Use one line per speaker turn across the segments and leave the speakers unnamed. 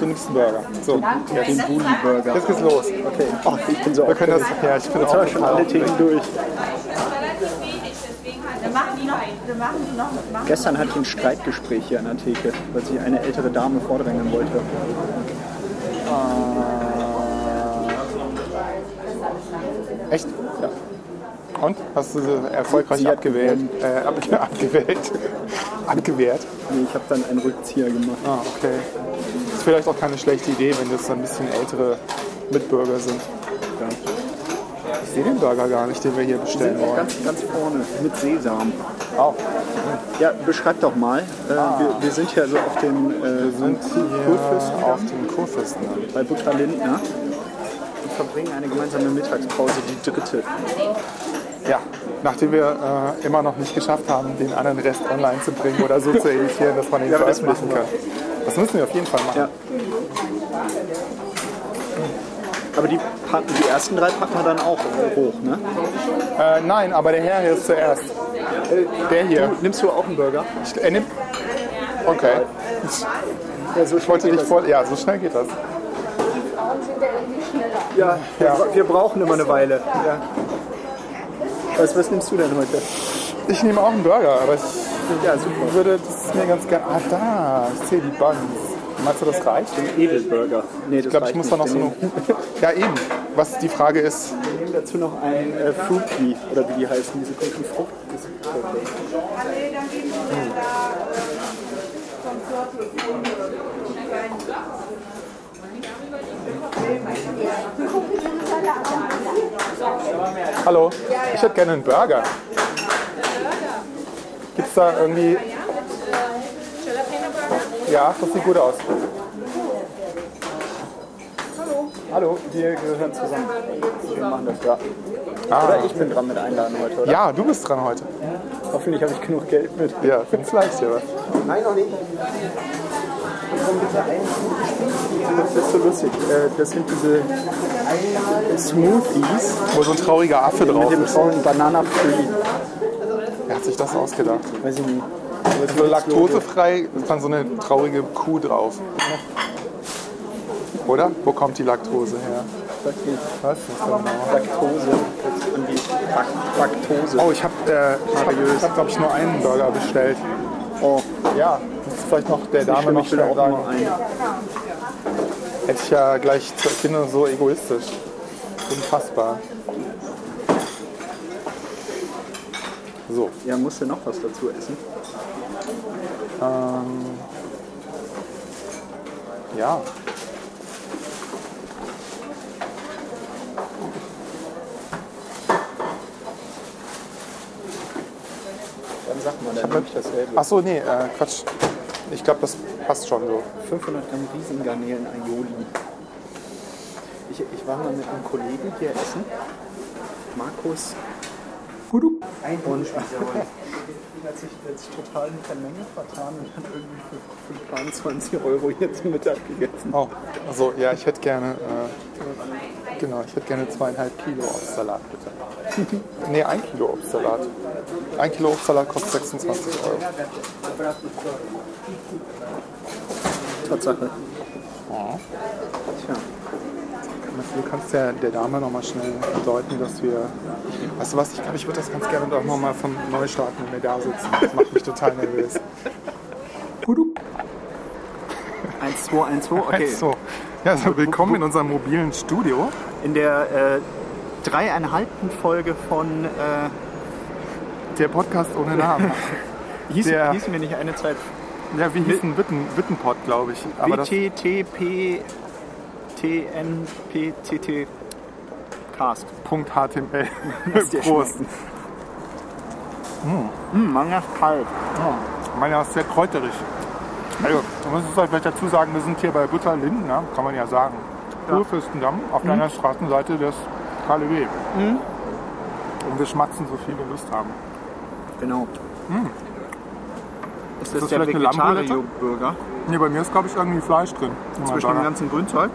Den nächsten Burger. So.
Ja, den Budenburger.
Jetzt geht's los. Okay.
Oh, ich bin so
Wir können das. Ja, ich bin auch
schon alle Themen durch.
halt, Dann machen die noch, dann machen die noch, machen
Gestern hatte ich ein Streitgespräch hier an der Theke, weil sich eine ältere Dame vordrängen wollte.
Echt? Ja. Und? Hast du sie erfolgreich
Sie hat
abgewählt? Äh, ab, abgewählt. Abgewehrt.
Nee, ich habe dann einen Rückzieher gemacht.
Ah, okay. Ist vielleicht auch keine schlechte Idee, wenn das so ein bisschen ältere Mitbürger sind.
Ja.
Ich sehe den Burger gar nicht, den wir hier bestellen
Sind auch
wollen.
ganz, ganz vorne mit Sesam.
Auch.
Ja, beschreib doch mal. Äh, wir, wir sind ja so auf dem äh, so einem Kurfürstendamm
Ja, auf dem Kurfürstendamm.
bei Butler Lindner und verbringen eine gemeinsame Mittagspause, die dritte.
Ja. Nachdem wir äh, immer noch nicht geschafft haben, den anderen Rest online zu bringen oder so zu editieren, dass man ihn
Ja, aber das
veröffentlichen
machen
kann. Das müssen wir auf jeden Fall machen.
Ja. Aber die, packen, die ersten drei packen wir dann auch hoch, ne?
Äh, nein, aber der Herr hier ist zuerst. Äh, Der hier.
Nimmst du auch einen Burger?
Ich, er nimmt. Okay.
Ja, so
Ich wollte dich vor. Ja, so schnell geht das.
Ja,
Ja.
wir- wir brauchen immer eine Weile. Ja. Was, was nimmst du denn heute?
Ich nehme auch einen Burger, aber ich
Ja, super.
würde das mir ganz gerne. Ah, da. Ich sehe die Buns. Meinst du, das reicht? Ich
Edelburger. Nee, das
glaube, ich muss da noch so eine. Ja, eben. Was die Frage ist.
Wir nehmen dazu noch einen äh, Fruit Pea, oder wie die heißen, diese komischen Frucht.
Hallo, ich hätte gerne einen Burger. Gibt's da irgendwie. Ja, das sieht gut aus.
Hallo, wir gehören zusammen. Wir machen das ja. Oder ich bin dran mit Einladen heute, oder?
Ah. Ja, du bist dran heute.
Hoffentlich habe ich genug Geld mit.
Ja, sonst leicht hier was.
Nein, noch nicht. Das ist so lustig. Äh, Das sind diese Smoothies
Wo so ein trauriger Affe
mit
drauf
dem
ist.
braunen Banana Free.
Wer hat sich das ausgedacht?
Weiß ich nicht.
So laktosefrei ist dann so eine traurige Kuh drauf. Oder? Wo kommt die Laktose her?
Sagt nicht.
Was ist das genau?
Laktose. Und die Lak- Laktose.
Oh, ich habe, äh, ich hab,
Seriös.
ich hab, glaube ich, nur einen Burger bestellt.
Oh,
Ja, das ist vielleicht noch der Dame
ich
noch
mich will
schnell
auch
sagen.
mal ein.
Hätte ich ja gleich zwei Kinder so egoistisch. Unfassbar. So,
Ja, musst du noch was dazu essen?
ja.
Dann sag mal, dann nehme ich dasselbe.
Achso, nee, äh, Quatsch. Ich glaube, das passt schon so.
500 Gramm Riesengarnelen Aioli. Ich, ich war mal mit einem Kollegen hier essen, Markus. Hudup. Und hat sich jetzt total mit der Menge vertan und hat irgendwie für, für 23 Euro hier zum Mittag gegessen.
Oh, also ja, ich hätte gerne, äh, genau, ich hätte gerne zweieinhalb Kilo Obstsalat, bitte. nee, ein Kilo Obstsalat. Ein Kilo Obstsalat kostet 26 Euro.
Tatsache. Tja,
Du kannst ja der Dame nochmal schnell deuten, dass wir, weißt du was, ich glaube, ich würde das ganz gerne doch nochmal vom Neu starten, wenn wir da sitzen. Das macht mich total nervös.
1, 2, 1, 2, okay.
So, ja, also willkommen in unserem mobilen Studio.
In der äh, dreieinhalbten Folge von, äh,
Der Podcast ohne Namen.
hieß,
Der-
hießen wir nicht eine Zeit
Ja, wie hieß denn Witten, Wittenpott, glaube ich. Aber das,
WTTP TNPTT Cast.
Punkt HTML.
Lass dir
Prost.
schmecken. Hm, Manga kalt.
Meiner ist sehr kräuterig. Also, man muss es halt vielleicht dazu sagen, wir sind hier bei Butter Lindner, kann man ja sagen. Kurfürstendamm auf deiner Straßenseite des KLW. Und wir schmatzen so viel wir Lust haben.
Genau. Ist das,
das
der
vielleicht eine Lammroulette?
Vegetario-Burger?
Nee, bei mir ist, glaube ich, irgendwie Fleisch drin. in meinem
Zwischen dem
Burger.
ganzen Grünzeug?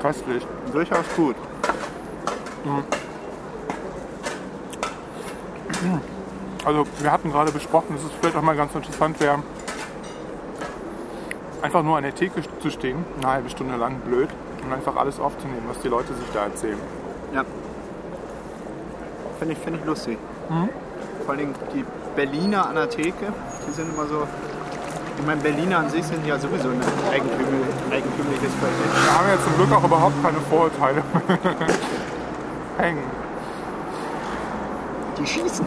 Köstlich.
Durchaus gut.
Also wir hatten gerade besprochen, dass es vielleicht auch mal ganz interessant wäre, einfach nur an der Theke zu stehen, eine halbe Stunde lang blöd und einfach alles aufzunehmen, was die Leute sich da erzählen.
Ja. Finde ich, find ich lustig.
Mhm.
Vor allem die Berliner an der Theke, die sind immer so. Ich meine, Berliner an sich sind ja sowieso ein eigentümlich, eigentümliches Verhältnis.
Wir haben ja zum Glück auch überhaupt keine Vorurteile. Hängen.
Die schießen.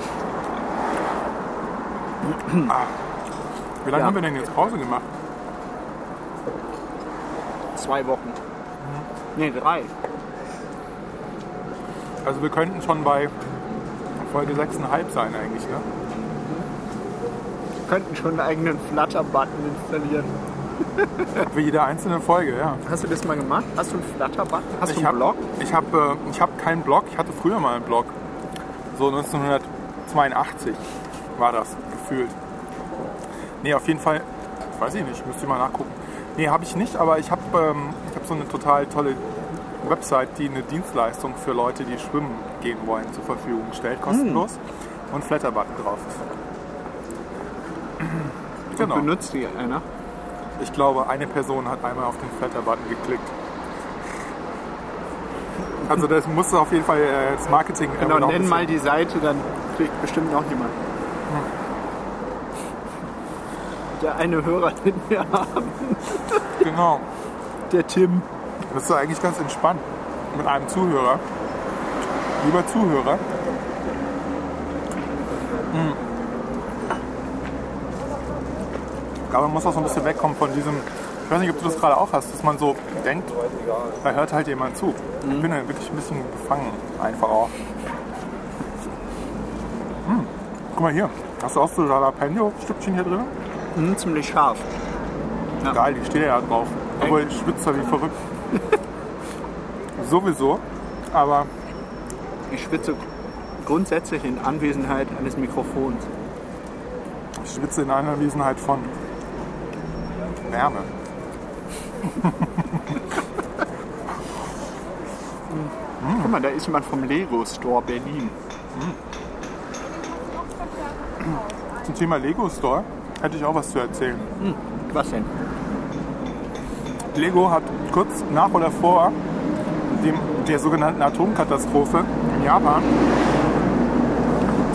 Wie lange
Ja.
haben wir denn jetzt Pause gemacht?
Zwei Wochen.
Mhm.
Nee, drei.
Also wir könnten schon bei Folge 6,5 sein eigentlich, ne?
Könnten schon einen eigenen Flutter-Button installieren.
Für jede einzelne Folge, ja.
Hast du das mal gemacht? Hast du einen Flutter-Button? Hast du
ich
einen
hab-
Blog?
Ich habe äh, ich hab keinen Blog. Ich hatte früher mal einen Blog. So 1982 war das gefühlt. Nee, auf jeden Fall, weiß ich nicht, müsste ich mal nachgucken. Nee, habe ich nicht, aber ich habe ähm, ich hab so eine total tolle Website, die eine Dienstleistung für Leute, die schwimmen gehen wollen, zur Verfügung stellt, kostenlos.
Hm.
Und Flatterbutton drauf. Genau.
Benutzt die einer?
Ich glaube, eine Person hat einmal auf den Flatter-Button geklickt. Also das muss auf jeden Fall äh, das Marketing. äh,
Genau,
noch ein
nenn
bisschen-
mal die Seite, dann kriegt bestimmt noch jemand.
Mhm.
Der eine Hörer, den wir haben,
Genau.
der Tim.
Das ist eigentlich ganz entspannt mit einem Zuhörer. Lieber Zuhörer. Hm. Aber man muss auch so ein bisschen wegkommen von diesem, ich weiß nicht, ob du das gerade auch hast, dass man so denkt, da hört halt jemand zu. Ich bin da wirklich ein bisschen gefangen, einfach auch. Hm. Guck mal hier, hast du auch so ein Jalapeno-Stückchen hier drin?
Hm, ziemlich scharf.
Geil, die steht ja da drauf. Obwohl ich schwitze wie verrückt. Sowieso. Aber
Ich schwitze grundsätzlich in Anwesenheit eines Mikrofons.
ich schwitze in einer Anwesenheit von Wärme.
Guck mal, da ist jemand vom Lego Store Berlin.
Zum Thema Lego Store hätte ich auch was zu erzählen.
Was denn?
Lego hat kurz nach oder vor dem, der sogenannten Atomkatastrophe in Japan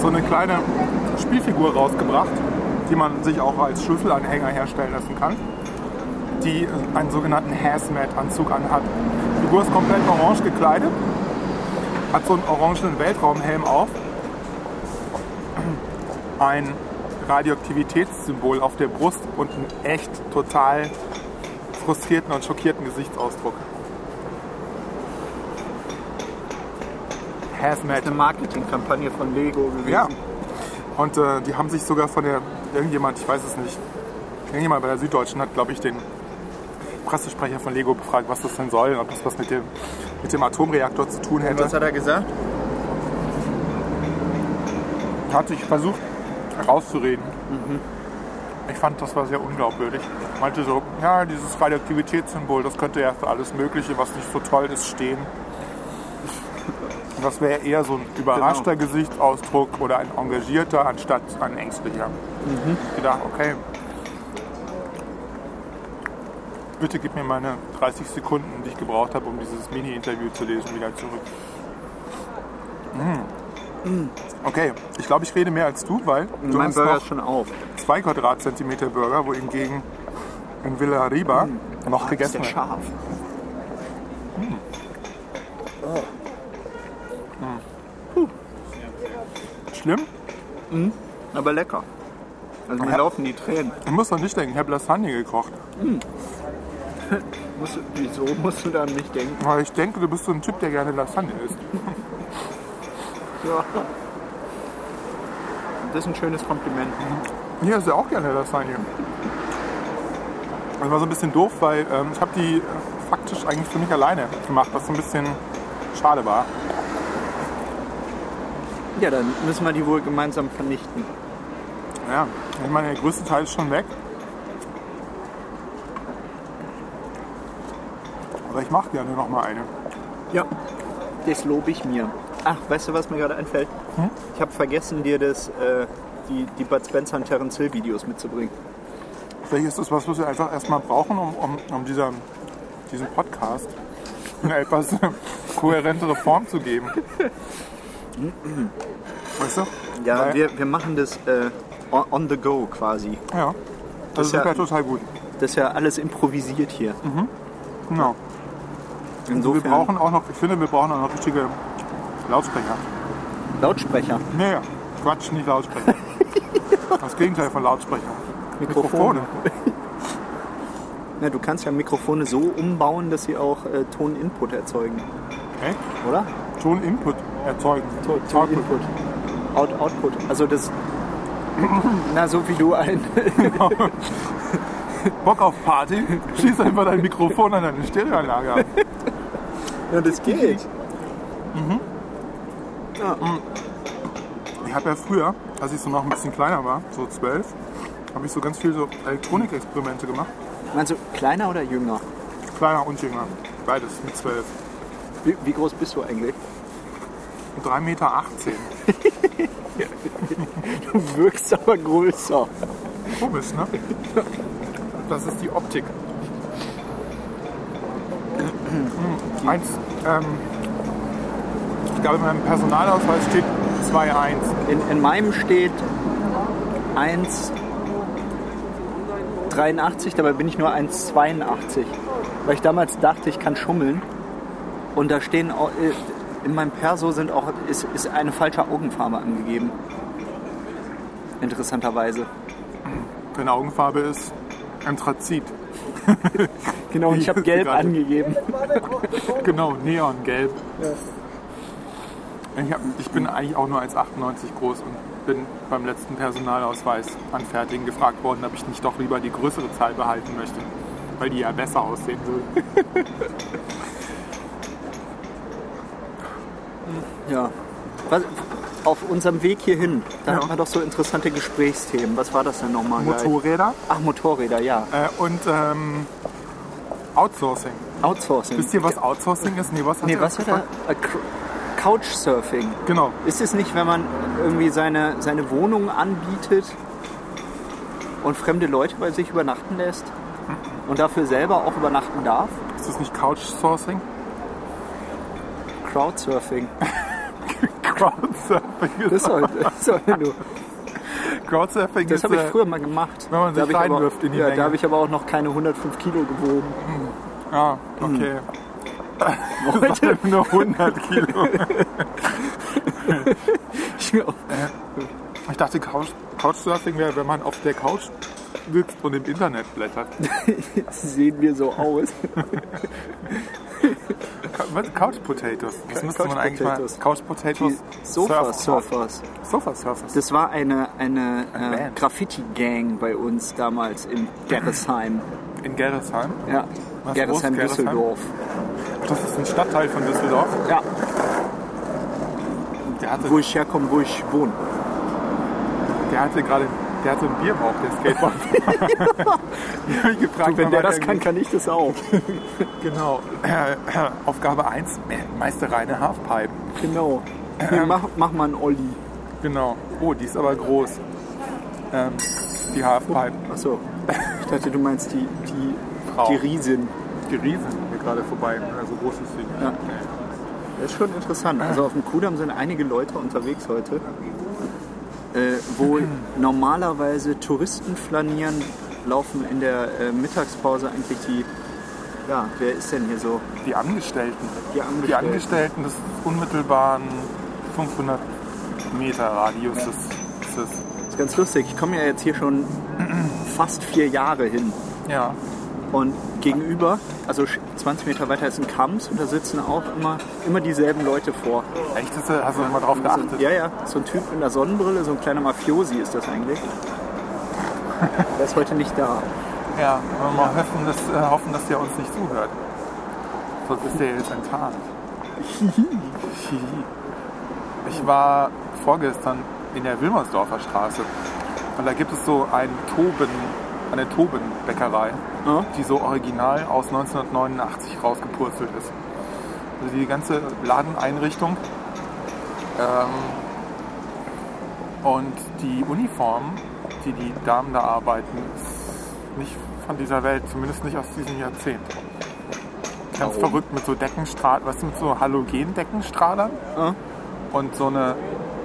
so eine kleine Spielfigur rausgebracht, die man sich auch als Schlüsselanhänger herstellen lassen kann, die einen sogenannten Hazmat-Anzug anhat. Die Figur ist komplett orange gekleidet, hat so einen orangenen Weltraumhelm auf, ein Radioaktivitätssymbol auf der Brust und einen echt total frustrierten und schockierten Gesichtsausdruck. Hazmat.
Eine Marketingkampagne von Lego gewesen.
Ja. Und äh, die haben sich sogar von der, irgendjemand, ich weiß es nicht, irgendjemand bei der Süddeutschen hat, glaube ich, den Pressesprecher von Lego befragt, was das denn soll und ob das was mit dem, mit dem Atomreaktor zu tun hätte.
Was hat er gesagt?
hat sich versucht rauszureden. Ich fand, das war sehr unglaubwürdig. Meinte so, ja, dieses Radioaktivitätssymbol, das könnte ja für alles Mögliche, was nicht so toll ist, stehen. Und Das wäre eher so ein überraschter Gesichtsausdruck oder ein engagierter anstatt ein ängstlicher. Ich gedacht, okay, bitte gib mir meine 30 Sekunden, die ich gebraucht habe, um dieses Mini-Interview zu lesen, wieder zurück. Mhm. Okay, ich glaube, ich rede mehr als du, weil du
mein
hast
Burger
noch
ist schon auf.
2 Quadratzentimeter Burger, wohingegen in Villa Riba noch
Ah, Ist der
gegessen wird.
scharf.
Schlimm?
Aber lecker. Also mir
Ja.
laufen die Tränen.
Ich muss doch nicht denken, ich habe Lasagne gekocht.
Musst, du- wieso musst du da nicht denken?
Weil ich denke, du bist so ein Typ, der gerne Lasagne isst.
Ja. Das ist ein schönes Kompliment.
Hier ist ja auch gerne Lasagne. Das war so ein bisschen doof, weil ähm, ich habe die äh, faktisch eigentlich für mich alleine gemacht, was so ein bisschen schade war.
Ja, dann müssen wir die wohl gemeinsam vernichten.
Ja, ich meine, der größte Teil ist schon weg. Aber ich mache gerne noch mal eine.
Ja. Ah, Hm? Das lobe ich mir. Ach, weißt du, was mir gerade einfällt? Ich habe vergessen, dir das äh, die, die Bud Spencer und Terence Hill Videos mitzubringen.
Vielleicht ist das was, was wir einfach erstmal brauchen, um, um, um dieser, diesem Podcast eine etwas kohärentere Form zu geben. weißt du?
Ja,
Weil-
wir, wir machen das äh, on, on the go quasi.
Ja. Das ist
ja-
ja total gut.
Das ist ja alles improvisiert hier.
Genau. Wir
Insofern
brauchen auch noch, ich finde, wir brauchen auch noch richtige Lautsprecher.
Lautsprecher,
Nee, Quatsch, nicht Lautsprecher. Das Gegenteil von Lautsprecher.
Mikrofone. Na, du kannst ja Mikrofone so umbauen, dass sie auch äh, Toninput erzeugen,
Echt?
oder?
Schon Input erzeugen. Output.
Toninput. Out Output. Also das. Na, so wie du ein.
Bock auf Party? Schieß einfach dein Mikrofon an deine Stereoanlage ab.
ja, das geht.
Ich habe ja früher, als ich so noch ein bisschen kleiner war, so zwölf, habe ich so ganz viel so Elektronikexperimente gemacht.
Meinst du, Also kleiner oder jünger?
Kleiner und jünger. Beides mit zwölf.
Wie, wie groß bist du eigentlich?
Und 3,18 Meter.
Du wirkst aber größer.
Komisch, ne? Das ist die Optik. Eins, ähm, ich glaube, in meinem Personalausweis steht 2,1.
In, in meinem steht 1,83, dabei bin ich nur 1,82. Weil ich damals dachte, ich kann schummeln. Und da stehen auch, äh, in meinem Perso sind auch, ist, ist eine falsche Augenfarbe angegeben. Interessanterweise.
Deine Augenfarbe ist Anthrazit.
Genau, und ich habe gelb
Egal.
angegeben.
Genau, Neongelb. Ich, hab, ich bin eigentlich auch nur 1,98 groß und bin beim letzten Personalausweis anfertigen gefragt worden, ob ich nicht doch lieber die größere Zahl behalten möchte, weil die ja besser aussehen würde.
Ja. Was, auf unserem Weg hierhin, da
Ja.
hatten wir doch so interessante Gesprächsthemen. Was war das denn nochmal? gleich?
Motorräder
Ach, Motorräder, ja.
äh, und ähm, Outsourcing.
Outsourcing.
Wisst ihr, was Outsourcing ist? Nee, was hat
Nee,
er
was hat er?
gefragt?
Äh, Cr- Couchsurfing.
Genau.
Ist es nicht, wenn man irgendwie seine, seine Wohnung anbietet und fremde Leute bei sich übernachten lässt und dafür selber auch übernachten darf?
Ist das nicht Couchsourcing?
Crowdsurfing.
Crowdsurfing
Das
ist
soll, das soll nur.
Crowdsurfing
Das
ist,
habe ich
äh,
früher mal gemacht.
wenn man
Da
sich
hab ich aber-
reinwirft in die
Ja,
Menge.
da habe ich aber auch noch keine 105 Kilo gewogen.
Ja, Ah,
Hm.
okay. Das sind nur 100 Kilo. Ich dachte, Couch, Couchsurfing wäre, wenn man auf der Couch sitzt und im Internet blättert.
Jetzt sehen wir so aus.
Ka- Was? Couch Potatoes. Das müsste man
Couch
eigentlich mal.
Potatoes.
Couch Potatoes.
Die
Surf-
Sofa-Surfers.
Sofa Surfers.
Das war eine, eine äh,
Band.
Graffiti-Gang bei uns damals in Gerresheim.
In Gerresheim.
Ja.
Was
Gerresheim,
los, Gerresheim?
Düsseldorf.
Das ist ein Stadtteil von Düsseldorf.
Ja.
Der hatte,
Wo ich herkomme, wo ich wohne.
der hatte gerade der hatte einen Bierbauch, der Skateboard. ich hab mich gefragt,
Wenn
wann
der
war
das kann, kann ich das auch.
Genau. Aufgabe 1, Meister Reine Halfpipe.
genau. Hier, mach, mach mal einen Olli.
Genau. Oh, die ist aber groß. Ähm, die Halfpipe.
Achso. Ich dachte, du meinst die, die,
Frau.
die Riesin.
Die Riesen sind mir gerade vorbei. Also groß ist sie.
Ja. Das ist schon interessant. Also auf dem Kudamm sind einige Leute unterwegs heute, äh, wo normalerweise Touristen flanieren, laufen in der äh, Mittagspause eigentlich die. Ja, wer ist denn hier so?
Die Angestellten.
Die Angestellten.
Die Angestellten des unmittelbaren 500 Meter Radius des, des
ist ganz lustig. Ich komme ja jetzt hier schon fast vier Jahre hin.
ja.
Und gegenüber, also sch- 20 Meter weiter ist ein Kamps und da sitzen auch immer, immer dieselben Leute vor.
Echt, hast du, hast du mal drauf
So,
geachtet?
ja, ja, so ein Typ in der Sonnenbrille, so ein kleiner Mafiosi ist das eigentlich. Der ist heute nicht da.
Ja, wollen wir mal hoffen, dass, äh, hoffen, dass der uns nicht zuhört. Sonst ist der jetzt enttarnt. Hihi. ich war vorgestern in der Wilmersdorfer Straße und da gibt es so einen Toben, eine Toben-Bäckerei,
Ja.
die so original aus 1989 rausgepurzelt ist. Also die ganze Ladeneinrichtung ähm, Und die Uniform, die die Damen da arbeiten, ist nicht von dieser Welt, zumindest nicht aus diesem Jahrzehnt. Ganz
Warum?
verrückt mit so Deckenstrahlern, was sind so Halogen-Deckenstrahlern ne?
Ah.
und so eine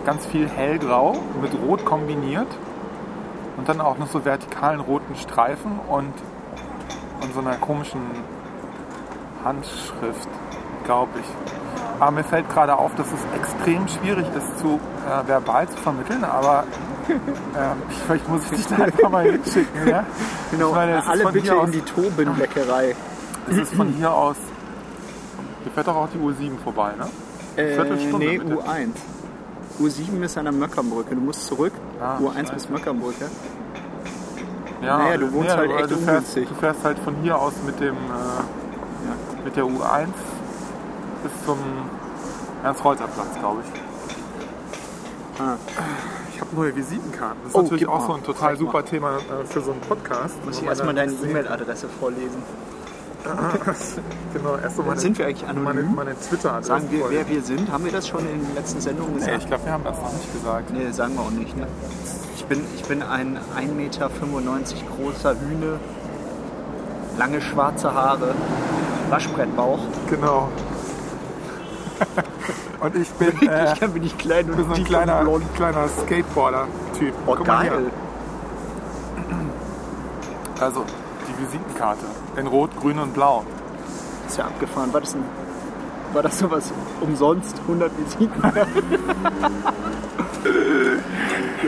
ganz viel hellgrau mit rot kombiniert und dann auch noch so vertikalen roten Streifen und, und so einer komischen Handschrift, glaube ich. Aber mir fällt gerade auf, dass es extrem schwierig ist, zu äh, verbal zu vermitteln, aber ähm, vielleicht muss ich dich da einfach mal hinschicken. Ja?
Genau,
Ich meine, es ist
alle
von
bitte
hier
in
aus-
die Tobenbäckerei.
Es ist von hier aus. Hier fährt doch auch die U7 vorbei, ne?
Äh,
Viertelstunde,
nee,
bitte.
U1. U7 ist an der Möckernbrücke. Du musst zurück.
Ah,
U1
scheiße.
bis Möckernbrücke.
Ja,
Naja, du wohnst halt echt
du fährst,
ungünstig.
du fährst halt von hier aus mit dem äh, mit der U1 bis zum Ernst-Reuter-Platz, glaube ich.
Ah.
Ich habe neue Visitenkarten. Das ist
Oh,
natürlich
gib
auch
mal.
so ein total
Zeig mal.
super Thema äh, für so einen Podcast. Wenn
Muss ich
man
erstmal
dann
deine
sieht-
E-Mail-Adresse vorlesen?
Genau, erst mal meine,
Sind wir eigentlich anonym?
meine, meine Twitter-Adresse.
Sagen wir,
vorlesen.
wer wir sind? Haben wir das schon in den letzten Sendungen
Nee,
gesagt?
ich glaube, wir haben das noch nicht gesagt.
Nee, sagen wir auch nicht. Ne? Ich, bin, ich bin ein 1,95 Meter großer Hühne, lange schwarze Haare, Waschbrettbauch.
Genau. Und ich bin, äh,
ich kann bin ich klein
ich bin
und
so ein
dick
kleiner,
und blond.
kleiner Skateboarder-Typ.
Oh,
Guck mal hier.
geil.
Also, die Visitenkarte. In Rot, Grün und Blau.
Ist ja abgefahren. War das, ein, war das sowas umsonst? 100 Visiten? das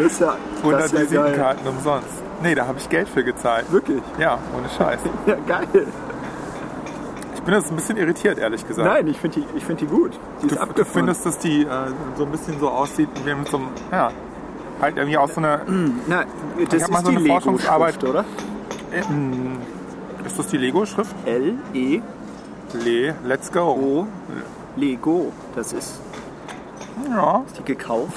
ist ja, das
100
ist ja geil.
Visitenkarten umsonst. Nee, da habe ich Geld für gezahlt.
Wirklich?
Ja, ohne Scheiß.
Ja, geil.
Ich bin jetzt ein bisschen irritiert, ehrlich gesagt.
Nein, ich finde die, ich find die gut. Die ist
du, du
abgefahren.
findest, dass die äh, so ein bisschen so aussieht wie mit so einem, ja, halt irgendwie aus so einer,
Na,
Ich
das
hab
ist
mal so
die
eine Forschungsarbeit-
Lego-Schrift, oder?
ist das die Lego-Schrift?
L-E-O.
Le, let's go.
Lego. Das ist
Ja,
die gekauft.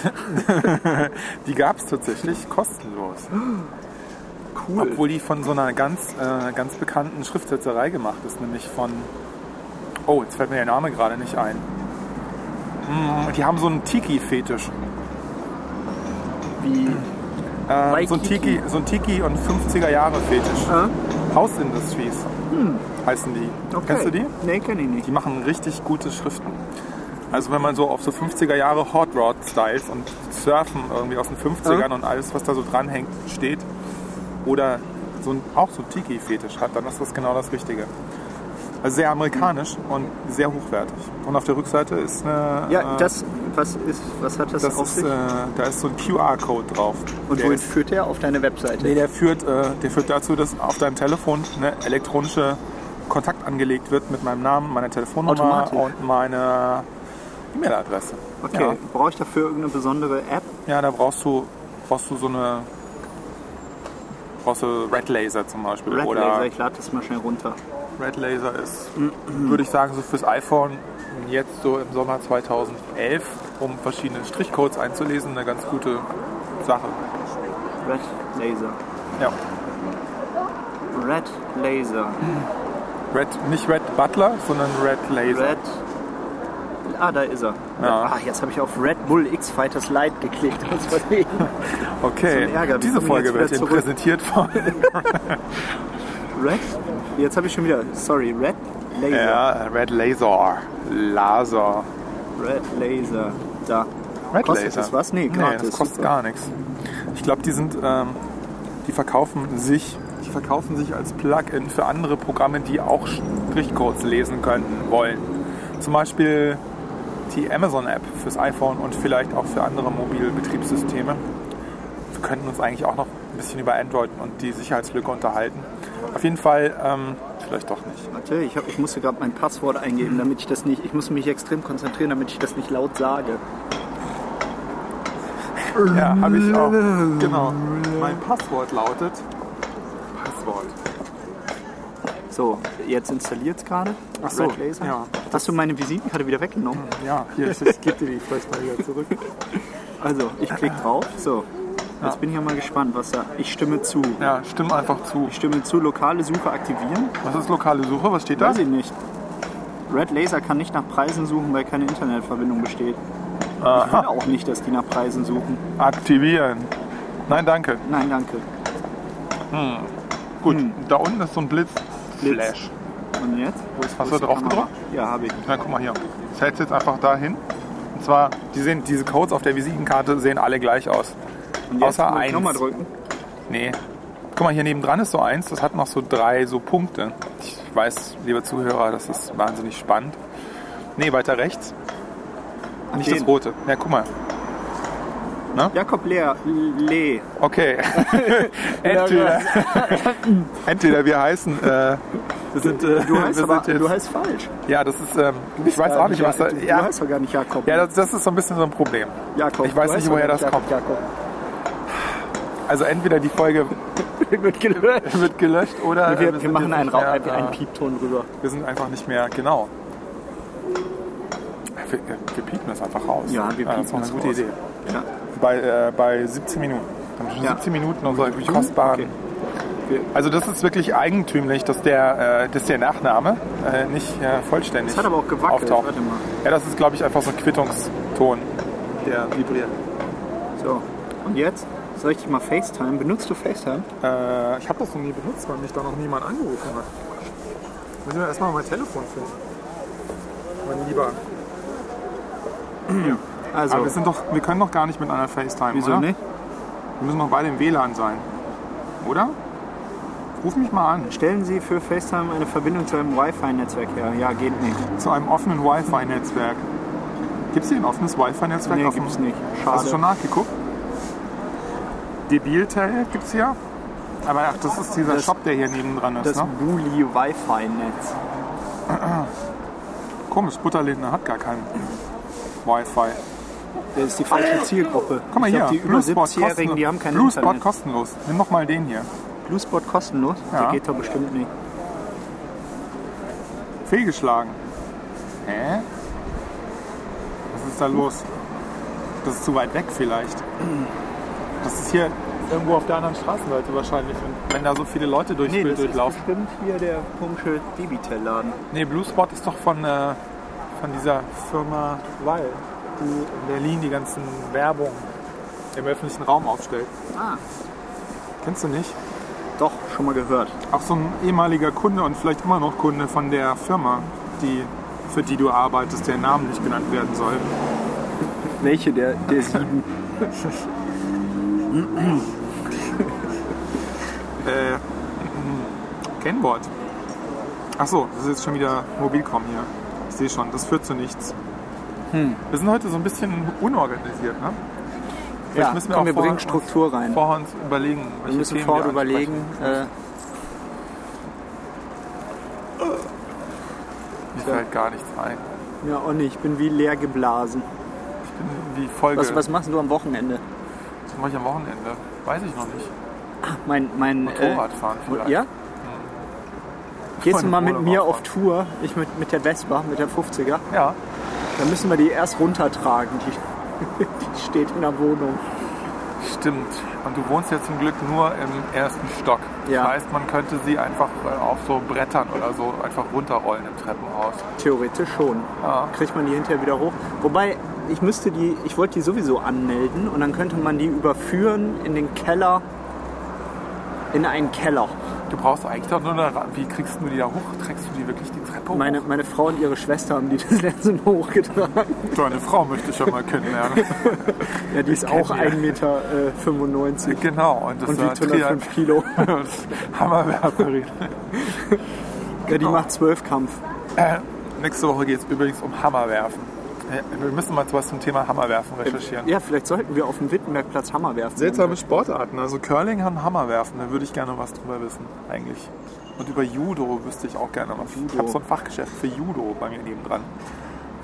die gab es tatsächlich kostenlos.
Cool.
Obwohl die von so einer ganz, äh, ganz bekannten Schriftsetzerei gemacht ist, nämlich von. Oh, jetzt fällt mir der Name gerade nicht ein. Mm, Die haben so einen Tiki-Fetisch.
Wie,
Äh,
Waikiki.
so, ein Tiki, so ein Tiki und 50er-Jahre-Fetisch.
Ah. Hm.
House Industries heißen die.
okay.
Kennst du die?
Nee, kenn ich nicht.
Die machen richtig gute Schriften. Also wenn man so auf so 50er Jahre Hot Rod Styles und Surfen irgendwie aus den 50ern
Ah.
und alles, was da so dranhängt, steht oder so ein, auch so ein Tiki-Fetisch hat, dann ist das genau das Richtige. Also sehr amerikanisch
Hm.
und sehr hochwertig. Und auf der Rückseite ist eine...
Ja,
äh,
das, was ist, was hat Ah. das,
das
auf
ist,
sich?
äh, da ist so ein QR-Code drauf.
Und
der
wohin
ist-
führt der? Auf deine Webseite.
Nee, der führt, äh, der führt dazu, dass auf deinem Telefon eine elektronische Kontakt angelegt wird mit meinem Namen, meiner Telefonnummer
Automatisch.
und meiner E-Mail-Adresse.
okay, brauche ich dafür irgendeine besondere App?
Ja. ja, da brauchst du, brauchst du so eine brauchst du Red Laser zum Beispiel.
Red
oder
Laser, Mhm. ich lade das mal schnell runter.
Red Laser ist, würde ich sagen, so fürs iPhone jetzt so im Sommer 2011, um verschiedene Strichcodes einzulesen, eine ganz gute Sache.
Red Laser.
Ja.
Red Laser.
Red, nicht Red Butler, sondern Red Laser.
Red. Ah, da ist er.
Ja.
Ah, jetzt habe ich auf Red Bull X-Fighters Light geklickt. Aus Versehen.
Okay,
Zum Ärger, wir
diese
kommen
Folge
jetzt
wird
wieder
Ihnen
zurück.
präsentiert von.
Red? Jetzt habe ich schon wieder. Sorry, Red Laser.
ja, Red Laser. Laser.
Red Laser. Da.
Red
kostet
Laser.
das was? Nee,
nee das
gratis.
kostet
Super.
gar nichts. Ich glaube, die sind. Ähm, die verkaufen sich. Die verkaufen sich als Plugin für andere Programme, die auch Strichcodes lesen können wollen. Zum Beispiel die Amazon-App fürs iPhone und vielleicht auch für andere mobile Betriebssysteme. Wir könnten uns eigentlich auch noch ein bisschen über Android und die Sicherheitslücke unterhalten. Auf jeden Fall, ähm, vielleicht doch nicht.
Warte, ich, hab, ich musste gerade mein Passwort eingeben, damit ich das nicht. Ich muss mich extrem konzentrieren, damit ich das nicht laut sage.
Ja, habe ich auch. Genau. Mein Passwort lautet Passwort.
So, jetzt installiert es gerade.
Ach so,
Red Laser.
ja.
Hast du meine Visitenkarte wieder weggenommen?
Ja, hier, ich, ich gebe dir die vielleicht mal wieder zurück.
Also, ich klicke drauf. So, jetzt bin ich ja mal gespannt, was da. Ich stimme zu.
Ja, stimm einfach zu.
Ich stimme zu, lokale Suche aktivieren.
Was ist lokale Suche? Was steht da?
Weiß ich nicht. Red Laser kann nicht nach Preisen suchen, weil keine Internetverbindung besteht. Ich will auch nicht, dass die nach Preisen suchen.
Aktivieren. Nein, danke.
Nein, danke.
Gut, da unten ist so ein Hm. Blitz.
Blitz.
Flash.
Und jetzt? Wo ist, wo
Hast du
ist die
drauf
Kamera?
gedrückt?
Ja, habe ich.
Na, guck mal hier. Ich hält's jetzt einfach dahin. Und zwar, die sehen, diese Codes auf der Visitenkarte sehen alle gleich aus.
Und
Außer
muss ich
eins.
Nochmal drücken.
Nee. Guck mal, hier nebendran ist so eins, das hat noch so drei so Punkte. Ich weiß, liebe Zuhörer, das ist wahnsinnig spannend. Nee, weiter rechts. Nicht
den.
das rote. Ja, guck mal.
Jakob Lehr, Lee.
Okay. Entweder. Entweder wir heißen. Äh,
Das sind, äh, du, heißt
wir
aber,
sind jetzt-
du heißt falsch.
ja, das ist. Ähm, ich weiß
Ja,
auch nicht, was da.
Du, du
Ja,
heißt doch gar nicht Jakob.
ja das, das ist so ein bisschen so ein Problem.
Jakob.
ich weiß nicht,
Du heißt doch
woher
gar
das
Jakob,
kommt.
Jakob.
Also entweder die Folge
Wird gelöscht.
wird gelöscht oder. äh,
Wir, wir
sind
machen
jetzt
einen,
nicht
Raum,
mehr,
einen, einen
äh,
Piepton rüber.
Wir sind einfach nicht mehr. Genau. Wir, äh, wir piepen das einfach raus. Äh,
Ja, wir
das
piepen
war eine
das
gute
raus.
Idee.
Ja.
Bei, äh, bei 17 Minuten. Wir haben schon
Ja.
17 Minuten unserer kostbaren.
Hm? Okay.
Also das ist wirklich eigentümlich, dass der, äh, dass der Nachname äh, nicht äh, vollständig
Das hat aber auch gewackelt.
auftaucht.
Warte mal.
Ja, das ist, glaube ich, einfach so ein Quittungston, der vibriert.
So. Und jetzt soll ich dich mal FaceTime. Benutzt du FaceTime?
Äh, ich habe das noch nie benutzt, weil mich da noch niemand angerufen hat. Müssen wir erstmal mein Telefon finden. Mein Lieber.
Also,
Aber wir, sind doch, wir können doch gar nicht mit einer FaceTime,
wieso
oder?
nicht?
Wir müssen doch beide im WLAN sein. Oder? Ruf mich mal an.
Stellen Sie für FaceTime eine Verbindung zu einem Wi-Fi-Netzwerk her. Ja, geht nicht.
Zu einem offenen Wi-Fi-Netzwerk. Gibt es hier ein offenes Wi-Fi-Netzwerk?
Nee,
auf dem-
gibt's nicht.
Hast du schon
Schade.
nachgeguckt? Debiltail gibt es hier. Aber ach, das ist dieser
Das-
Shop, der hier nebendran ist.
Das
Ne?
Bully-Wi-Fi-Netz.
Komisch, Butterlinde hat gar keinen Wi-Fi.
Das ist die falsche Zielgruppe.
Guck mal
ich
hier,
glaub, die über
kostenlo-
70-Jährigen, die haben kein
Blue Spot
Internet.
kostenlos. Nimm doch mal den hier.
Bluespot kostenlos?
Ja.
Der geht doch bestimmt nicht.
Fehlgeschlagen. Hä? Was ist da los? Das ist zu weit weg vielleicht. Das ist hier irgendwo auf der anderen Straßenseite wahrscheinlich. Und wenn da so viele Leute durch
Nee, das ist bestimmt hier der komische Debitel-Laden.
Nee, Blue Spot ist doch von, äh, von dieser Firma Weil, die in Berlin die ganzen Werbung im öffentlichen Raum aufstellt.
Ah,
Kennst du nicht?
doch, schon mal gehört.
Auch so ein ehemaliger Kunde und vielleicht immer noch Kunde von der Firma, die, für die du arbeitest, der Name nicht genannt werden soll.
Welche der, der sieben?
Äh, mm, Kennwort. Ach so, das ist jetzt schon wieder Mobilcom hier. Ich sehe schon, das führt zu nichts.
Hm.
Wir sind heute so ein bisschen unorganisiert, ne? Vielleicht
ja,
müssen wir
komm,
auch
wir
vorher-
bringen Struktur rein.
Vorher uns überlegen,
wir
welche
müssen
Themen
vorher
wir ansprechen.
überlegen. Äh,
Mir fällt gar nichts ein.
äh, ja, auch nicht, ich bin wie leer geblasen.
Ich bin wie Folge.
Was, was machst du am Wochenende?
Was mache ich am Wochenende? Weiß ich noch nicht.
Mein, mein, äh,
Motorradfahren vielleicht.
Ja? Gehst du mal mit mir
Motorradfahren.
auf Tour? Ich mit, mit der Vespa, mit der 50er.
Ja.
Da müssen wir die erst runtertragen. Die, die steht in der Wohnung.
Stimmt. Und du wohnst ja zum Glück nur im ersten Stock.
Ja.
Das heißt, man könnte sie einfach äh, auf so Brettern oder so einfach runterrollen im Treppenhaus.
Theoretisch schon.
Ja.
Kriegt man die hinterher wieder hoch. Wobei, ich müsste die, ich wollte die sowieso anmelden und dann könnte man die überführen in den Keller. In einen Keller.
Du brauchst eigentlich doch nur eine Ra- Wie kriegst du die da hoch? Trägst du die wirklich die Treppe hoch?
Meine, meine Frau und ihre Schwester haben die das letzte Mal hochgetragen.
Deine Frau möchte ich ja mal kennenlernen.
Ja, die ist
kenn
auch
die.
1,95 Meter äh, 95
genau. Und das
und
war
wiegt 105 Kilo.
Hammerwerferin.
Ja, die macht Zwölfkampf.
Nächste Woche geht es übrigens um Hammerwerfen. Ja, Wir müssen mal was zum Thema Hammerwerfen recherchieren.
Ja, vielleicht sollten wir auf dem Wittenbergplatz Hammer werfen.
Seltsame Sportarten. Also Curling und Hammerwerfen, da würde ich gerne was drüber wissen, eigentlich. Und über Judo wüsste ich auch gerne was. Ich
Judo.
habe so ein Fachgeschäft für Judo bei mir nebendran.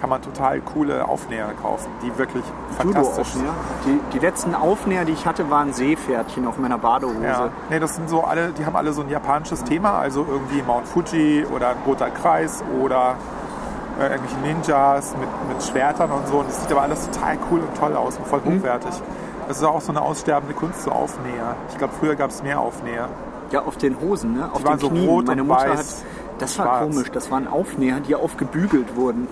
Kann man total coole Aufnäher kaufen, die wirklich fantastisch sind.
Judo-Aufnäher. Die, die letzten Aufnäher, die ich hatte, waren Seepferdchen auf meiner Badehose.
Ja. Nee, das sind so alle, die haben alle so ein japanisches Thema, also irgendwie Mount Fuji oder ein roter Kreis oder äh, irgendwelche Ninjas mit, mit Schwertern und so. Und das sieht aber alles total cool und toll aus und voll hochwertig. Das ist auch so eine aussterbende Kunst, so Aufnäher. Ich glaube, früher gab es mehr Aufnäher.
Ja, auf den Hosen, ne? Auf
Die
den
waren so
Knien.
rot
Meine
und
Mutter
weiß,
hat. Das war
schwarz.
komisch. Das waren Aufnäher, die aufgebügelt wurden.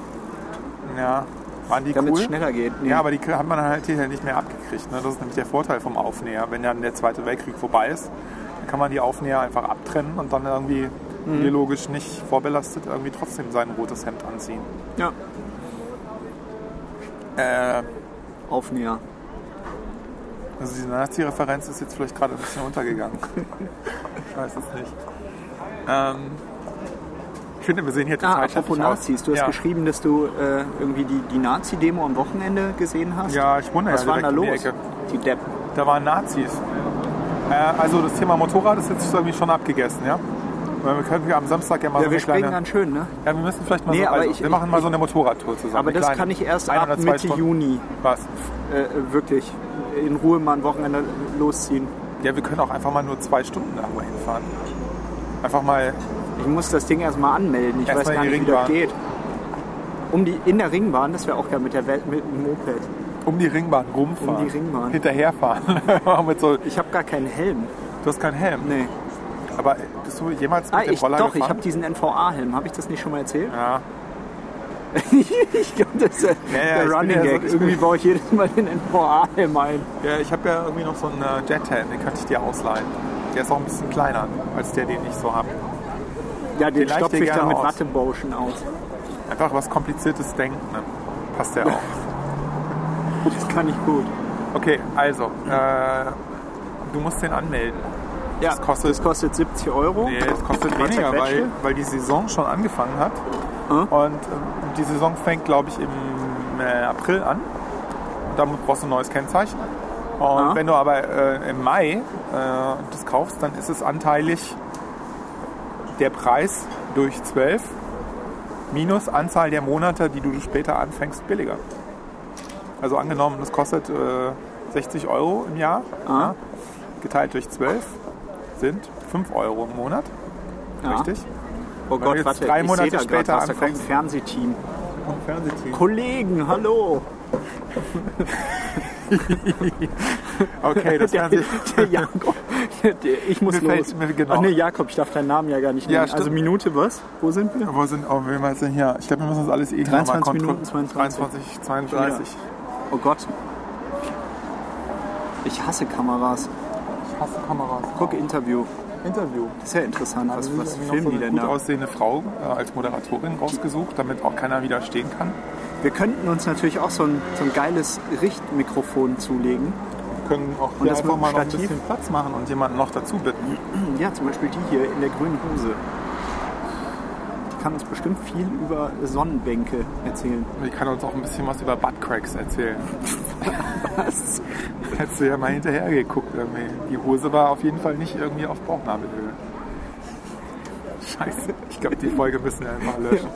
Ja.
Waren die
Damit es
cool?
schneller geht. Nee.
Ja, aber die hat man halt hier nicht mehr abgekriegt. Ne? Das ist nämlich der Vorteil vom Aufnäher. Wenn dann der Zweite Weltkrieg vorbei ist, dann kann man die Aufnäher einfach abtrennen und dann irgendwie
Mhm.
biologisch nicht vorbelastet irgendwie trotzdem sein rotes Hemd anziehen.
ja.
Äh,
Aufnäher.
also diese Nazi-Referenz ist jetzt vielleicht gerade ein bisschen untergegangen. ich weiß es nicht. Ähm, ich finde, wir sehen hier
Ah,
total
apropos
schrecklich
Nazis. Du hast
ja.
geschrieben, dass du äh, irgendwie die, die Nazi-Demo am Wochenende gesehen hast.
Ja, ich wohne
Was
ja
war denn da
direkt um
los?
die Ecke.
Die Depp.
Da waren Nazis. Äh, also das Thema Motorrad ist jetzt irgendwie schon abgegessen, ja? Weil Wir können ja am Samstag ja mal
Ja, wir
so eine
springen
kleine...
ganz schön, ne?
Ja, wir müssen vielleicht mal
Nee,
so,
aber
also,
ich-
wir machen mal
ich-
so eine Motorradtour zusammen.
Aber
eine
das
kleine.
kann ich erst
Ein
ab
oder zwei
Mitte
Stunden.
Juni
Was?
äh, äh, wirklich in Ruhe mal ein Wochenende losziehen.
Ja, wir können auch einfach mal nur zwei Stunden irgendwo hinfahren. Einfach mal,
Ich muss das Ding erstmal anmelden. Ich
Erstmal
weiß gar
in die
nicht, wie das
Ringbahn.
geht. Um die, in der Ringbahn, das wäre auch geil mit der Welt mit dem Moped.
um die Ringbahn rumfahren.
Um die Ringbahn.
Hinterherfahren. Mit so, du
Ich habe gar keinen Helm.
hast keinen Helm.
Nee.
Aber bist du jemals mit
Ah,
dem
ich,
Roller
doch, ich
gefahren?
habe diesen NVA-Helm. Habe ich das nicht schon mal erzählt?
ja.
ich glaube, das ist der-
ja, ich
der
bin
Running
ja so-
Gag.
ich bin-
Irgendwie baue ich jedes Mal den NVA-Helm ein.
ja, ich habe ja irgendwie noch so einen äh, Jettan, den könnte ich dir ausleihen. Der ist auch ein bisschen kleiner als der, den ich so habe.
Ja, den
Vielleicht
stopfe
dir
ich dann
gerne
mit
aus.
Wattebauschen aus.
Einfach was kompliziertes Denken. Ne? Passt ja auch.
Das kann ich gut.
Okay, also, äh, du musst den anmelden.
Ja,
Das kostet-
das kostet 70 Euro.
Nee, es kostet
Mal
weniger,
zerquetschte.
weil, weil die Saison schon angefangen hat.
Hm?
Und ähm, die Saison fängt, glaube ich, im äh, April an. Und damit brauchst du ein neues Kennzeichen. Und
Ah.
wenn du aber äh, im Mai äh, das kaufst, dann ist es anteilig der Preis durch 12 minus Anzahl der Monate, die du später anfängst, billiger. Also angenommen, das kostet äh, 60 Euro im Jahr, ja, geteilt durch 12 sind 5 Euro im Monat,
Ja.
richtig?
Oh
Wenn du
Gott,
jetzt
warte,
drei
ich
Monate
sehe da gerade,
später
was, da kommt ein
anfängst-
Fernsehteam.
Vom Fernsehteam.
Kollegen, hallo.
Okay, das
der,
Fernseh.
der Jakob. Der, ich muss
Mir fällt-
los.
mir- genau.
Ach nee, Jakob, ich darf deinen Namen ja gar nicht
Ja,
nennen.
stimmt.
also Minute was? Wo sind wir?
Wo sind, oh, wen meinst du denn hier? Ich glaube, wir müssen das alles eh noch mal
23
kontrollieren.
Minuten, 22.
23, 32.
Oh Gott. Ich hasse Kameras.
Ich hasse Kameras.
Guck, Interview.
Interview.
Das ist ja interessant. Was,
Also
was
was noch so
filmen die
eine
denn
gut
da?
aussehende Frau äh, als Moderatorin rausgesucht, damit auch keiner widerstehen kann.
Wir könnten uns natürlich auch so ein, so ein geiles Richtmikrofon zulegen.
Wir können auch
Und
hier
das
einfach
mit
mal noch ein
Stativ?
bisschen Platz machen und jemanden noch dazu bitten.
Hm, Ja, zum Beispiel die hier in der grünen Hose. Die kann uns bestimmt viel über Sonnenbänke erzählen.
Die kann uns auch ein bisschen was über Buttcracks erzählen.
Was?
Hättest du ja mal hinterher geguckt irgendwie. Die Hose war auf jeden Fall nicht irgendwie auf Bauchnabelhöhe. Scheiße. Ich glaube, die Folge müssen wir einfach löschen.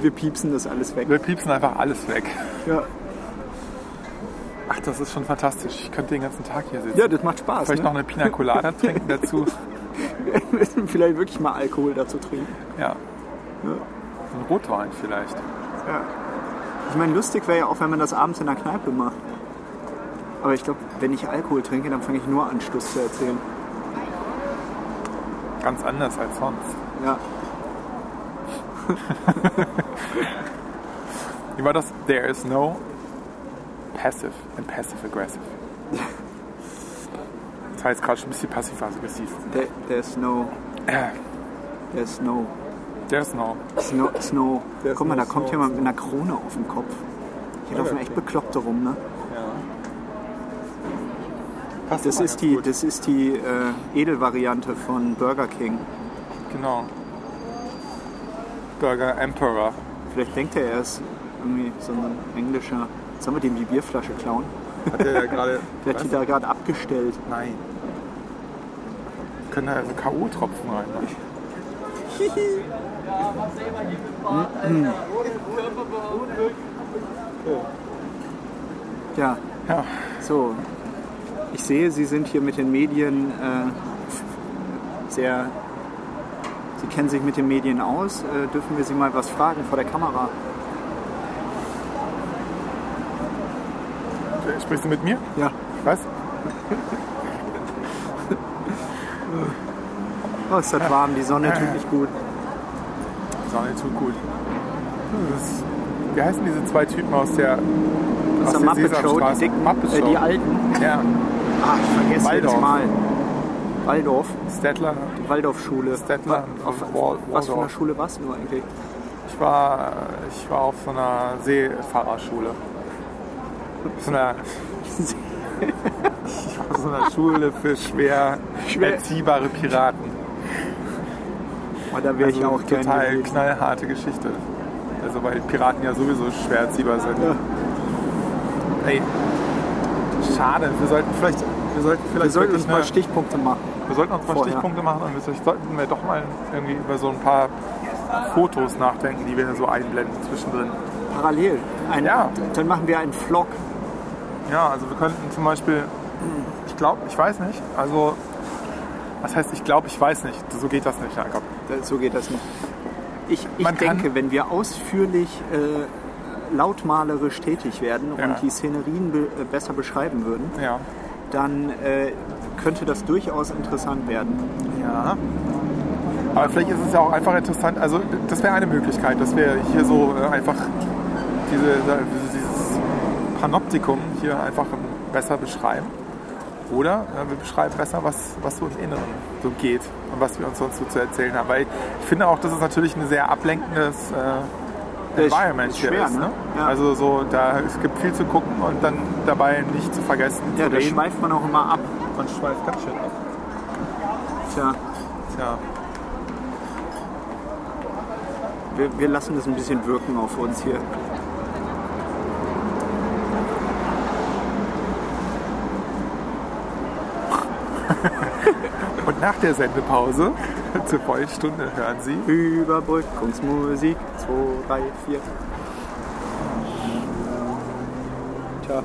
Wir piepsen das alles weg.
Wir piepsen einfach alles weg.
Ja,
Ach, das ist schon fantastisch. Ich könnte den ganzen Tag hier sitzen.
ja das macht Spaß.
Vielleicht noch
ne?
eine Pina Colada trinken dazu.
Wir müssen vielleicht wirklich mal Alkohol dazu trinken.
Ja.
Ja.
Ein Rotwein vielleicht.
Ich meine, lustig wäre ja auch, wenn man das abends in der Kneipe macht. Aber ich glaube, wenn ich Alkohol trinke, dann fange ich nur an, Stuss zu erzählen.
Ganz anders als sonst.
Ja.
Wie war das? There is no passive and passive aggressive. Das war jetzt gerade schon ein bisschen passiv-aggressiv.
There, there's no. Äh. There's no.
There is no.
Snow. Snow.
There's
Guck mal,
no
da kommt
snow.
jemand mit einer Krone auf dem Kopf. Hier laufen echt Bekloppte rum, ne?
Ja. Passt
Das
mal
ist
ganz
die,
gut.
das ist die äh, Edelvariante von Burger King.
Genau. Burger Emperor.
Vielleicht denkt er, er ist irgendwie so ein englischer. Sollen wir dem die Bierflasche klauen?
Hat der ja gerade.
Der hat die da gerade abgestellt.
Nein. Können da also K.O.-Tropfen rein. ne?
Ja,
Ja.
so. Ich sehe, Sie sind hier mit den Medien äh, sehr. Sie kennen sich mit den Medien aus. Äh, dürfen wir Sie mal was fragen vor der Kamera?
Sprichst du mit mir?
Ja.
Was?
Oh, ist das warm, die Sonne tut nicht gut.
Sonne tut gut. Hm, Das ist wie heißen diese zwei Typen aus der,
Aus der Muppet Show, die, dicken,
Muppet
Äh,
Show.
die alten.
ja,
Ah, ich vergesse
Waldorf.
jedes Mal. Waldorf,
Stettler.
die Waldorfschule.
Stettler
Wa-
und
Auf,
Wal-
was für eine
Waldorf.
Schule warst du eigentlich?
Ich war, ich war auf so einer Seefahrerschule. So einer, ich war auf so einer Schule für schwer,
Schwer-
erziehbare Piraten.
Oh, da wäre ich auch gerne
Also total
gewesen.
knallharte Geschichte. Also weil Piraten ja sowieso schwer erziehbar sind.
Ja.
Ey, schade. Wir sollten vielleicht, wir sollten vielleicht
Wir sollten
wirklich
uns mal
eine-
Stichpunkte machen.
wir sollten uns mal
Vorher.
Stichpunkte machen und vielleicht sollten wir doch mal irgendwie über so ein paar Fotos nachdenken, die wir hier so einblenden zwischendrin.
Parallel. Ein,
Ja.
Dann machen wir einen Vlog.
Ja, also wir könnten zum Beispiel, ich glaube, ich weiß nicht, also was heißt, ich glaube, ich weiß nicht. So geht das nicht, Jakob.
So geht das nicht. Ich, ich
Man kann-
denke, wenn wir ausführlich äh, lautmalerisch tätig werden
Ja.
und die Szenerien be äh, besser beschreiben würden,
Ja.
dann äh, könnte das durchaus interessant werden.
Ja. Aber vielleicht ist es ja auch einfach interessant, also das wäre eine Möglichkeit, dass wir hier so äh, einfach diese, äh, dieses Panoptikum hier einfach besser beschreiben. Oder äh, wir beschreiben besser, was, was so im Inneren so geht und was wir uns sonst so zu erzählen haben. Weil ich finde auch, das ist natürlich ein sehr ablenkendes äh,
Ja, ist-
Environment
ist
hier
schwer,
ist. Ne?
ne? Ja.
Also so, da es gibt viel zu gucken und dann dabei nicht zu vergessen
Ja,
zu
da
reden.
schweift man auch immer ab.
Man schweift ganz schön ab.
Tja,
Tja.
wir, wir lassen das ein bisschen wirken auf uns hier.
Und nach der Sendepause zur Vollstunde hören Sie.
Überbrückungsmusik 2, 3, 4. Tja.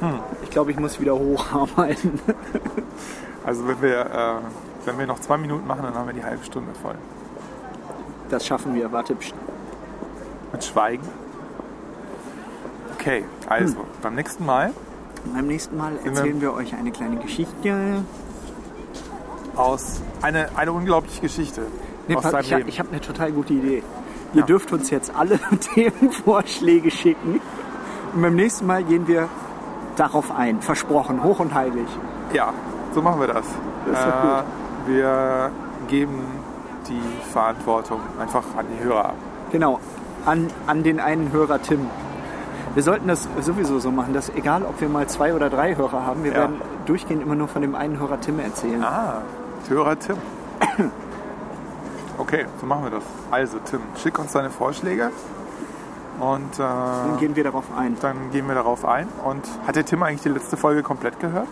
Hm. Ich glaube, ich muss wieder hocharbeiten.
Also wenn wir, äh, wenn wir noch zwei Minuten machen, dann haben wir die halbe Stunde voll.
Das schaffen wir. Warte, pst.
Mit Schweigen. Okay, also
Hm.
beim nächsten Mal
beim nächsten Mal
wir-
erzählen wir euch eine kleine Geschichte.
aus eine, eine unglaubliche Geschichte
Nee,
aus
pass-
deinem
ich
Leben.
ich habe eine total gute Idee. Ihr dürft uns jetzt alle Themenvorschläge schicken. Und beim nächsten Mal gehen wir darauf ein. Versprochen, hoch und heilig.
ja, so machen wir das.
Das ist doch
äh, wir geben die Verantwortung einfach an die Hörer ab.
Genau, an, an den einen Hörer Tim. Wir sollten das sowieso so machen, dass egal, ob wir mal zwei oder drei Hörer haben, wir
Ja.
werden durchgehend immer nur von dem einen Hörer Tim erzählen.
Ah, Hörer Tim. Okay, so machen wir das. Also Tim, schick uns deine Vorschläge und
Dann
äh,
gehen wir darauf ein.
dann gehen wir darauf ein. Und hat der Tim eigentlich die letzte Folge komplett gehört?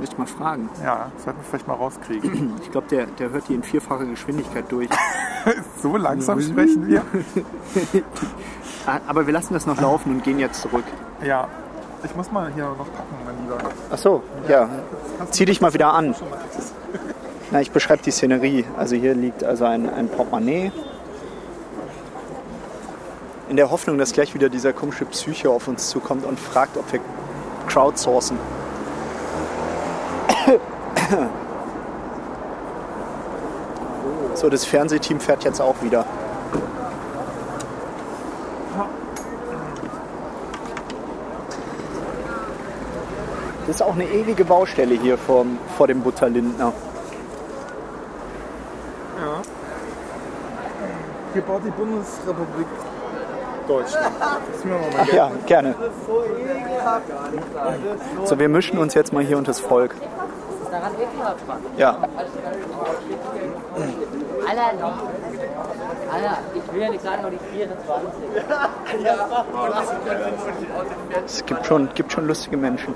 Müsste ich mal fragen.
Ja, das sollten wir vielleicht mal rauskriegen.
Ich glaube, der, der hört die in vierfacher Geschwindigkeit durch.
so langsam sprechen wir.
Ah, Aber wir lassen das noch laufen und gehen jetzt zurück.
Ja, ich muss mal hier noch packen, mein Lieber.
Ach so, ja. Zieh dich mal wieder an. Na, ich beschreibe die Szenerie. Also hier liegt also ein, ein Portemonnaie. In der Hoffnung, dass gleich wieder dieser komische Psycho auf uns zukommt und fragt, ob wir crowdsourcen. So, das Fernsehteam fährt jetzt auch wieder. Das ist auch eine ewige Baustelle hier vor, vor dem Butterlindner.
Hier baut die Bundesrepublik Deutschland. Gib mir mal mein Geld.
Ja, gerne. So, wir mischen uns jetzt mal hier unter das Volk. Ja,
Alter, Alter, ich will ja nicht sagen, nur die 24.
es gibt schon, gibt schon lustige Menschen.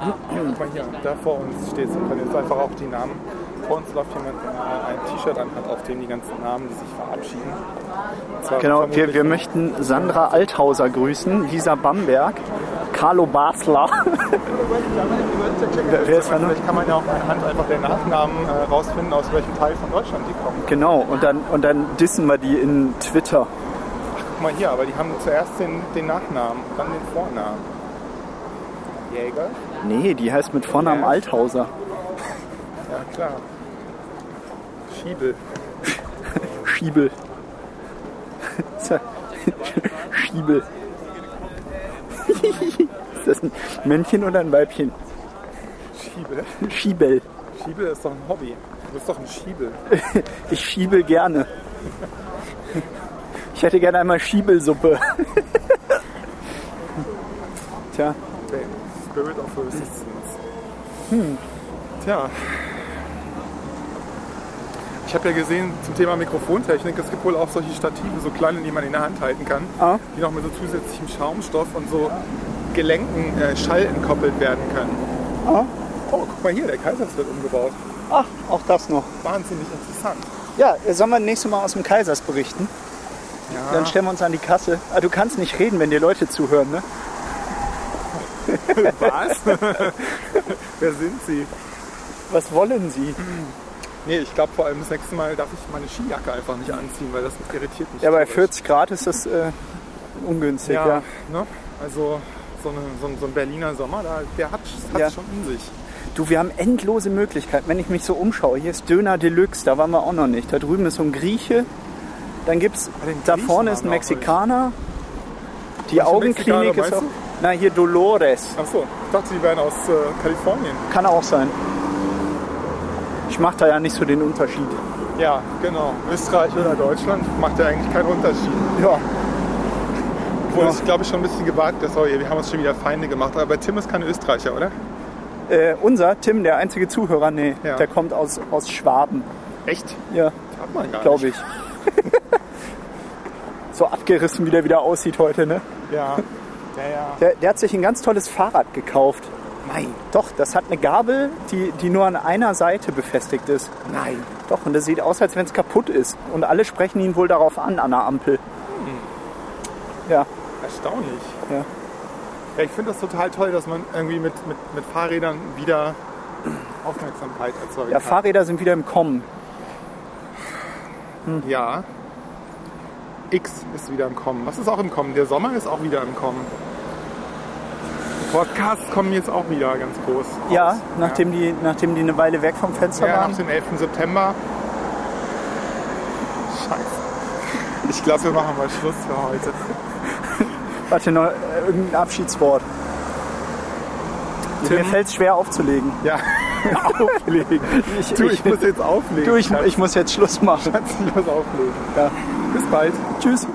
Guck mal hier, da vor uns steht Wir können jetzt einfach auch die Namen. Vor uns läuft jemand, der ein T-Shirt anhat, auf dem die ganzen Namen, die sich verabschieden. Und zwar
Genau, wir,
vermutlich-
wir möchten Sandra Althauser grüßen, Lisa Bamberg, Carlo Basler. wer, wer ist da noch?
Vielleicht kann man ja auch anhand einfach der Nachnamen äh, rausfinden, aus welchem Teil von Deutschland die kommen.
Genau, und dann, und dann dissen wir die in Twitter.
Guck mal hier, aber die haben zuerst den, den Nachnamen, dann den Vornamen. Jäger?
Nee, die heißt mit Vornamen
Ja.
Althauser.
Ja, klar. Schiebel.
Schiebel. Schiebel. ist das ein Männchen oder ein Weibchen?
Schiebel.
Schiebel.
Schiebel ist doch ein Hobby. Du bist doch ein Schiebel.
Ich schiebel gerne. Ich hätte gerne einmal Schiebelsuppe. Tja,
Okay. Spirit of Resistance. Hm. Tja. Ich habe ja gesehen zum Thema Mikrofontechnik, es gibt wohl auch solche Stative, so kleine, die man in der Hand halten kann,
Ah.
die noch mit so zusätzlichem Schaumstoff und so Gelenken äh, Schall entkoppelt werden können.
Ah.
Oh, guck mal hier, der Kaisers wird umgebaut.
ach, auch das noch.
Wahnsinnig interessant.
Ja, sollen wir nächstes Mal aus dem Kaisers berichten?
Ja.
Dann stellen wir uns an die Kasse. Ah, du kannst nicht reden, wenn dir Leute zuhören, ne?
Was? Wer sind Sie?
Was wollen sie?
Nee, ich glaube vor allem das nächste Mal darf ich meine Skijacke einfach nicht anziehen, weil das irritiert mich.
Ja, bei
tierisch.
40 Grad ist das äh, ungünstig,
Ja,
ja.
Ne? Also so, eine, so, ein, so ein Berliner Sommer, da, der hat es
Ja.
schon in sich.
Du, wir haben endlose Möglichkeiten. Wenn ich mich so umschaue, hier ist Döner Deluxe, da waren wir auch noch nicht. Da drüben ist so ein Grieche. Dann gibt's,
Ah, den
da
Griechen
vorne ist
haben
ein
wir auch noch nicht.
Mexikaner. Die
Welche
Augenklinik
Mexikaner
ist auch.
meinst
Na, hier Dolores.
Achso, ich dachte, die wären aus äh, Kalifornien.
Kann auch sein. Ich mache da ja nicht so den Unterschied.
Ja, genau. Österreich oder Deutschland macht ja eigentlich keinen Unterschied.
Ja.
Obwohl ich glaube ich schon ein bisschen gewagt dass sorry, wir haben uns schon wieder Feinde gemacht. Aber Tim ist kein Österreicher, oder?
Äh, unser Tim, der einzige Zuhörer, nee,
Ja.
der kommt aus, aus Schwaben.
Echt?
Ja,
Hat man gar
glaube ich. so abgerissen, wie der wieder aussieht heute, ne?
nicht. Ja. Ja, ja.
Der, der hat sich ein ganz tolles Fahrrad gekauft.
Nein.
Doch, das hat eine Gabel, die, die nur an einer Seite befestigt ist.
Nein.
Doch, und das sieht aus, als wenn es kaputt ist. Und alle sprechen ihn wohl darauf an, an der Ampel.
Hm.
Ja,
Erstaunlich.
Ja.
Ja, ich finde das total toll, dass man irgendwie mit, mit, mit Fahrrädern wieder Aufmerksamkeit erzeugen
ja,
kann.
Fahrräder sind wieder im Kommen.
Ja. X ist wieder im Kommen. Was ist auch im Kommen? Der Sommer ist auch wieder im Kommen. Podcasts kommen jetzt auch wieder ganz groß. raus.
Ja, nachdem, Die, nachdem die eine Weile weg vom Fenster
ja. ja, nach
waren.
dem 11. September. Scheiße. Ich glaube, wir machen mal Schluss für heute.
Warte, noch äh, irgendein Abschiedswort.
Tim?
Mir fällt es schwer aufzulegen.
Ja, auflegen.
Ich,
Du, ich muss jetzt auflegen.
du, ich, ich muss jetzt Schluss machen.
Kannst du das auflegen?
Ja.
Bis bald.
Tschüss.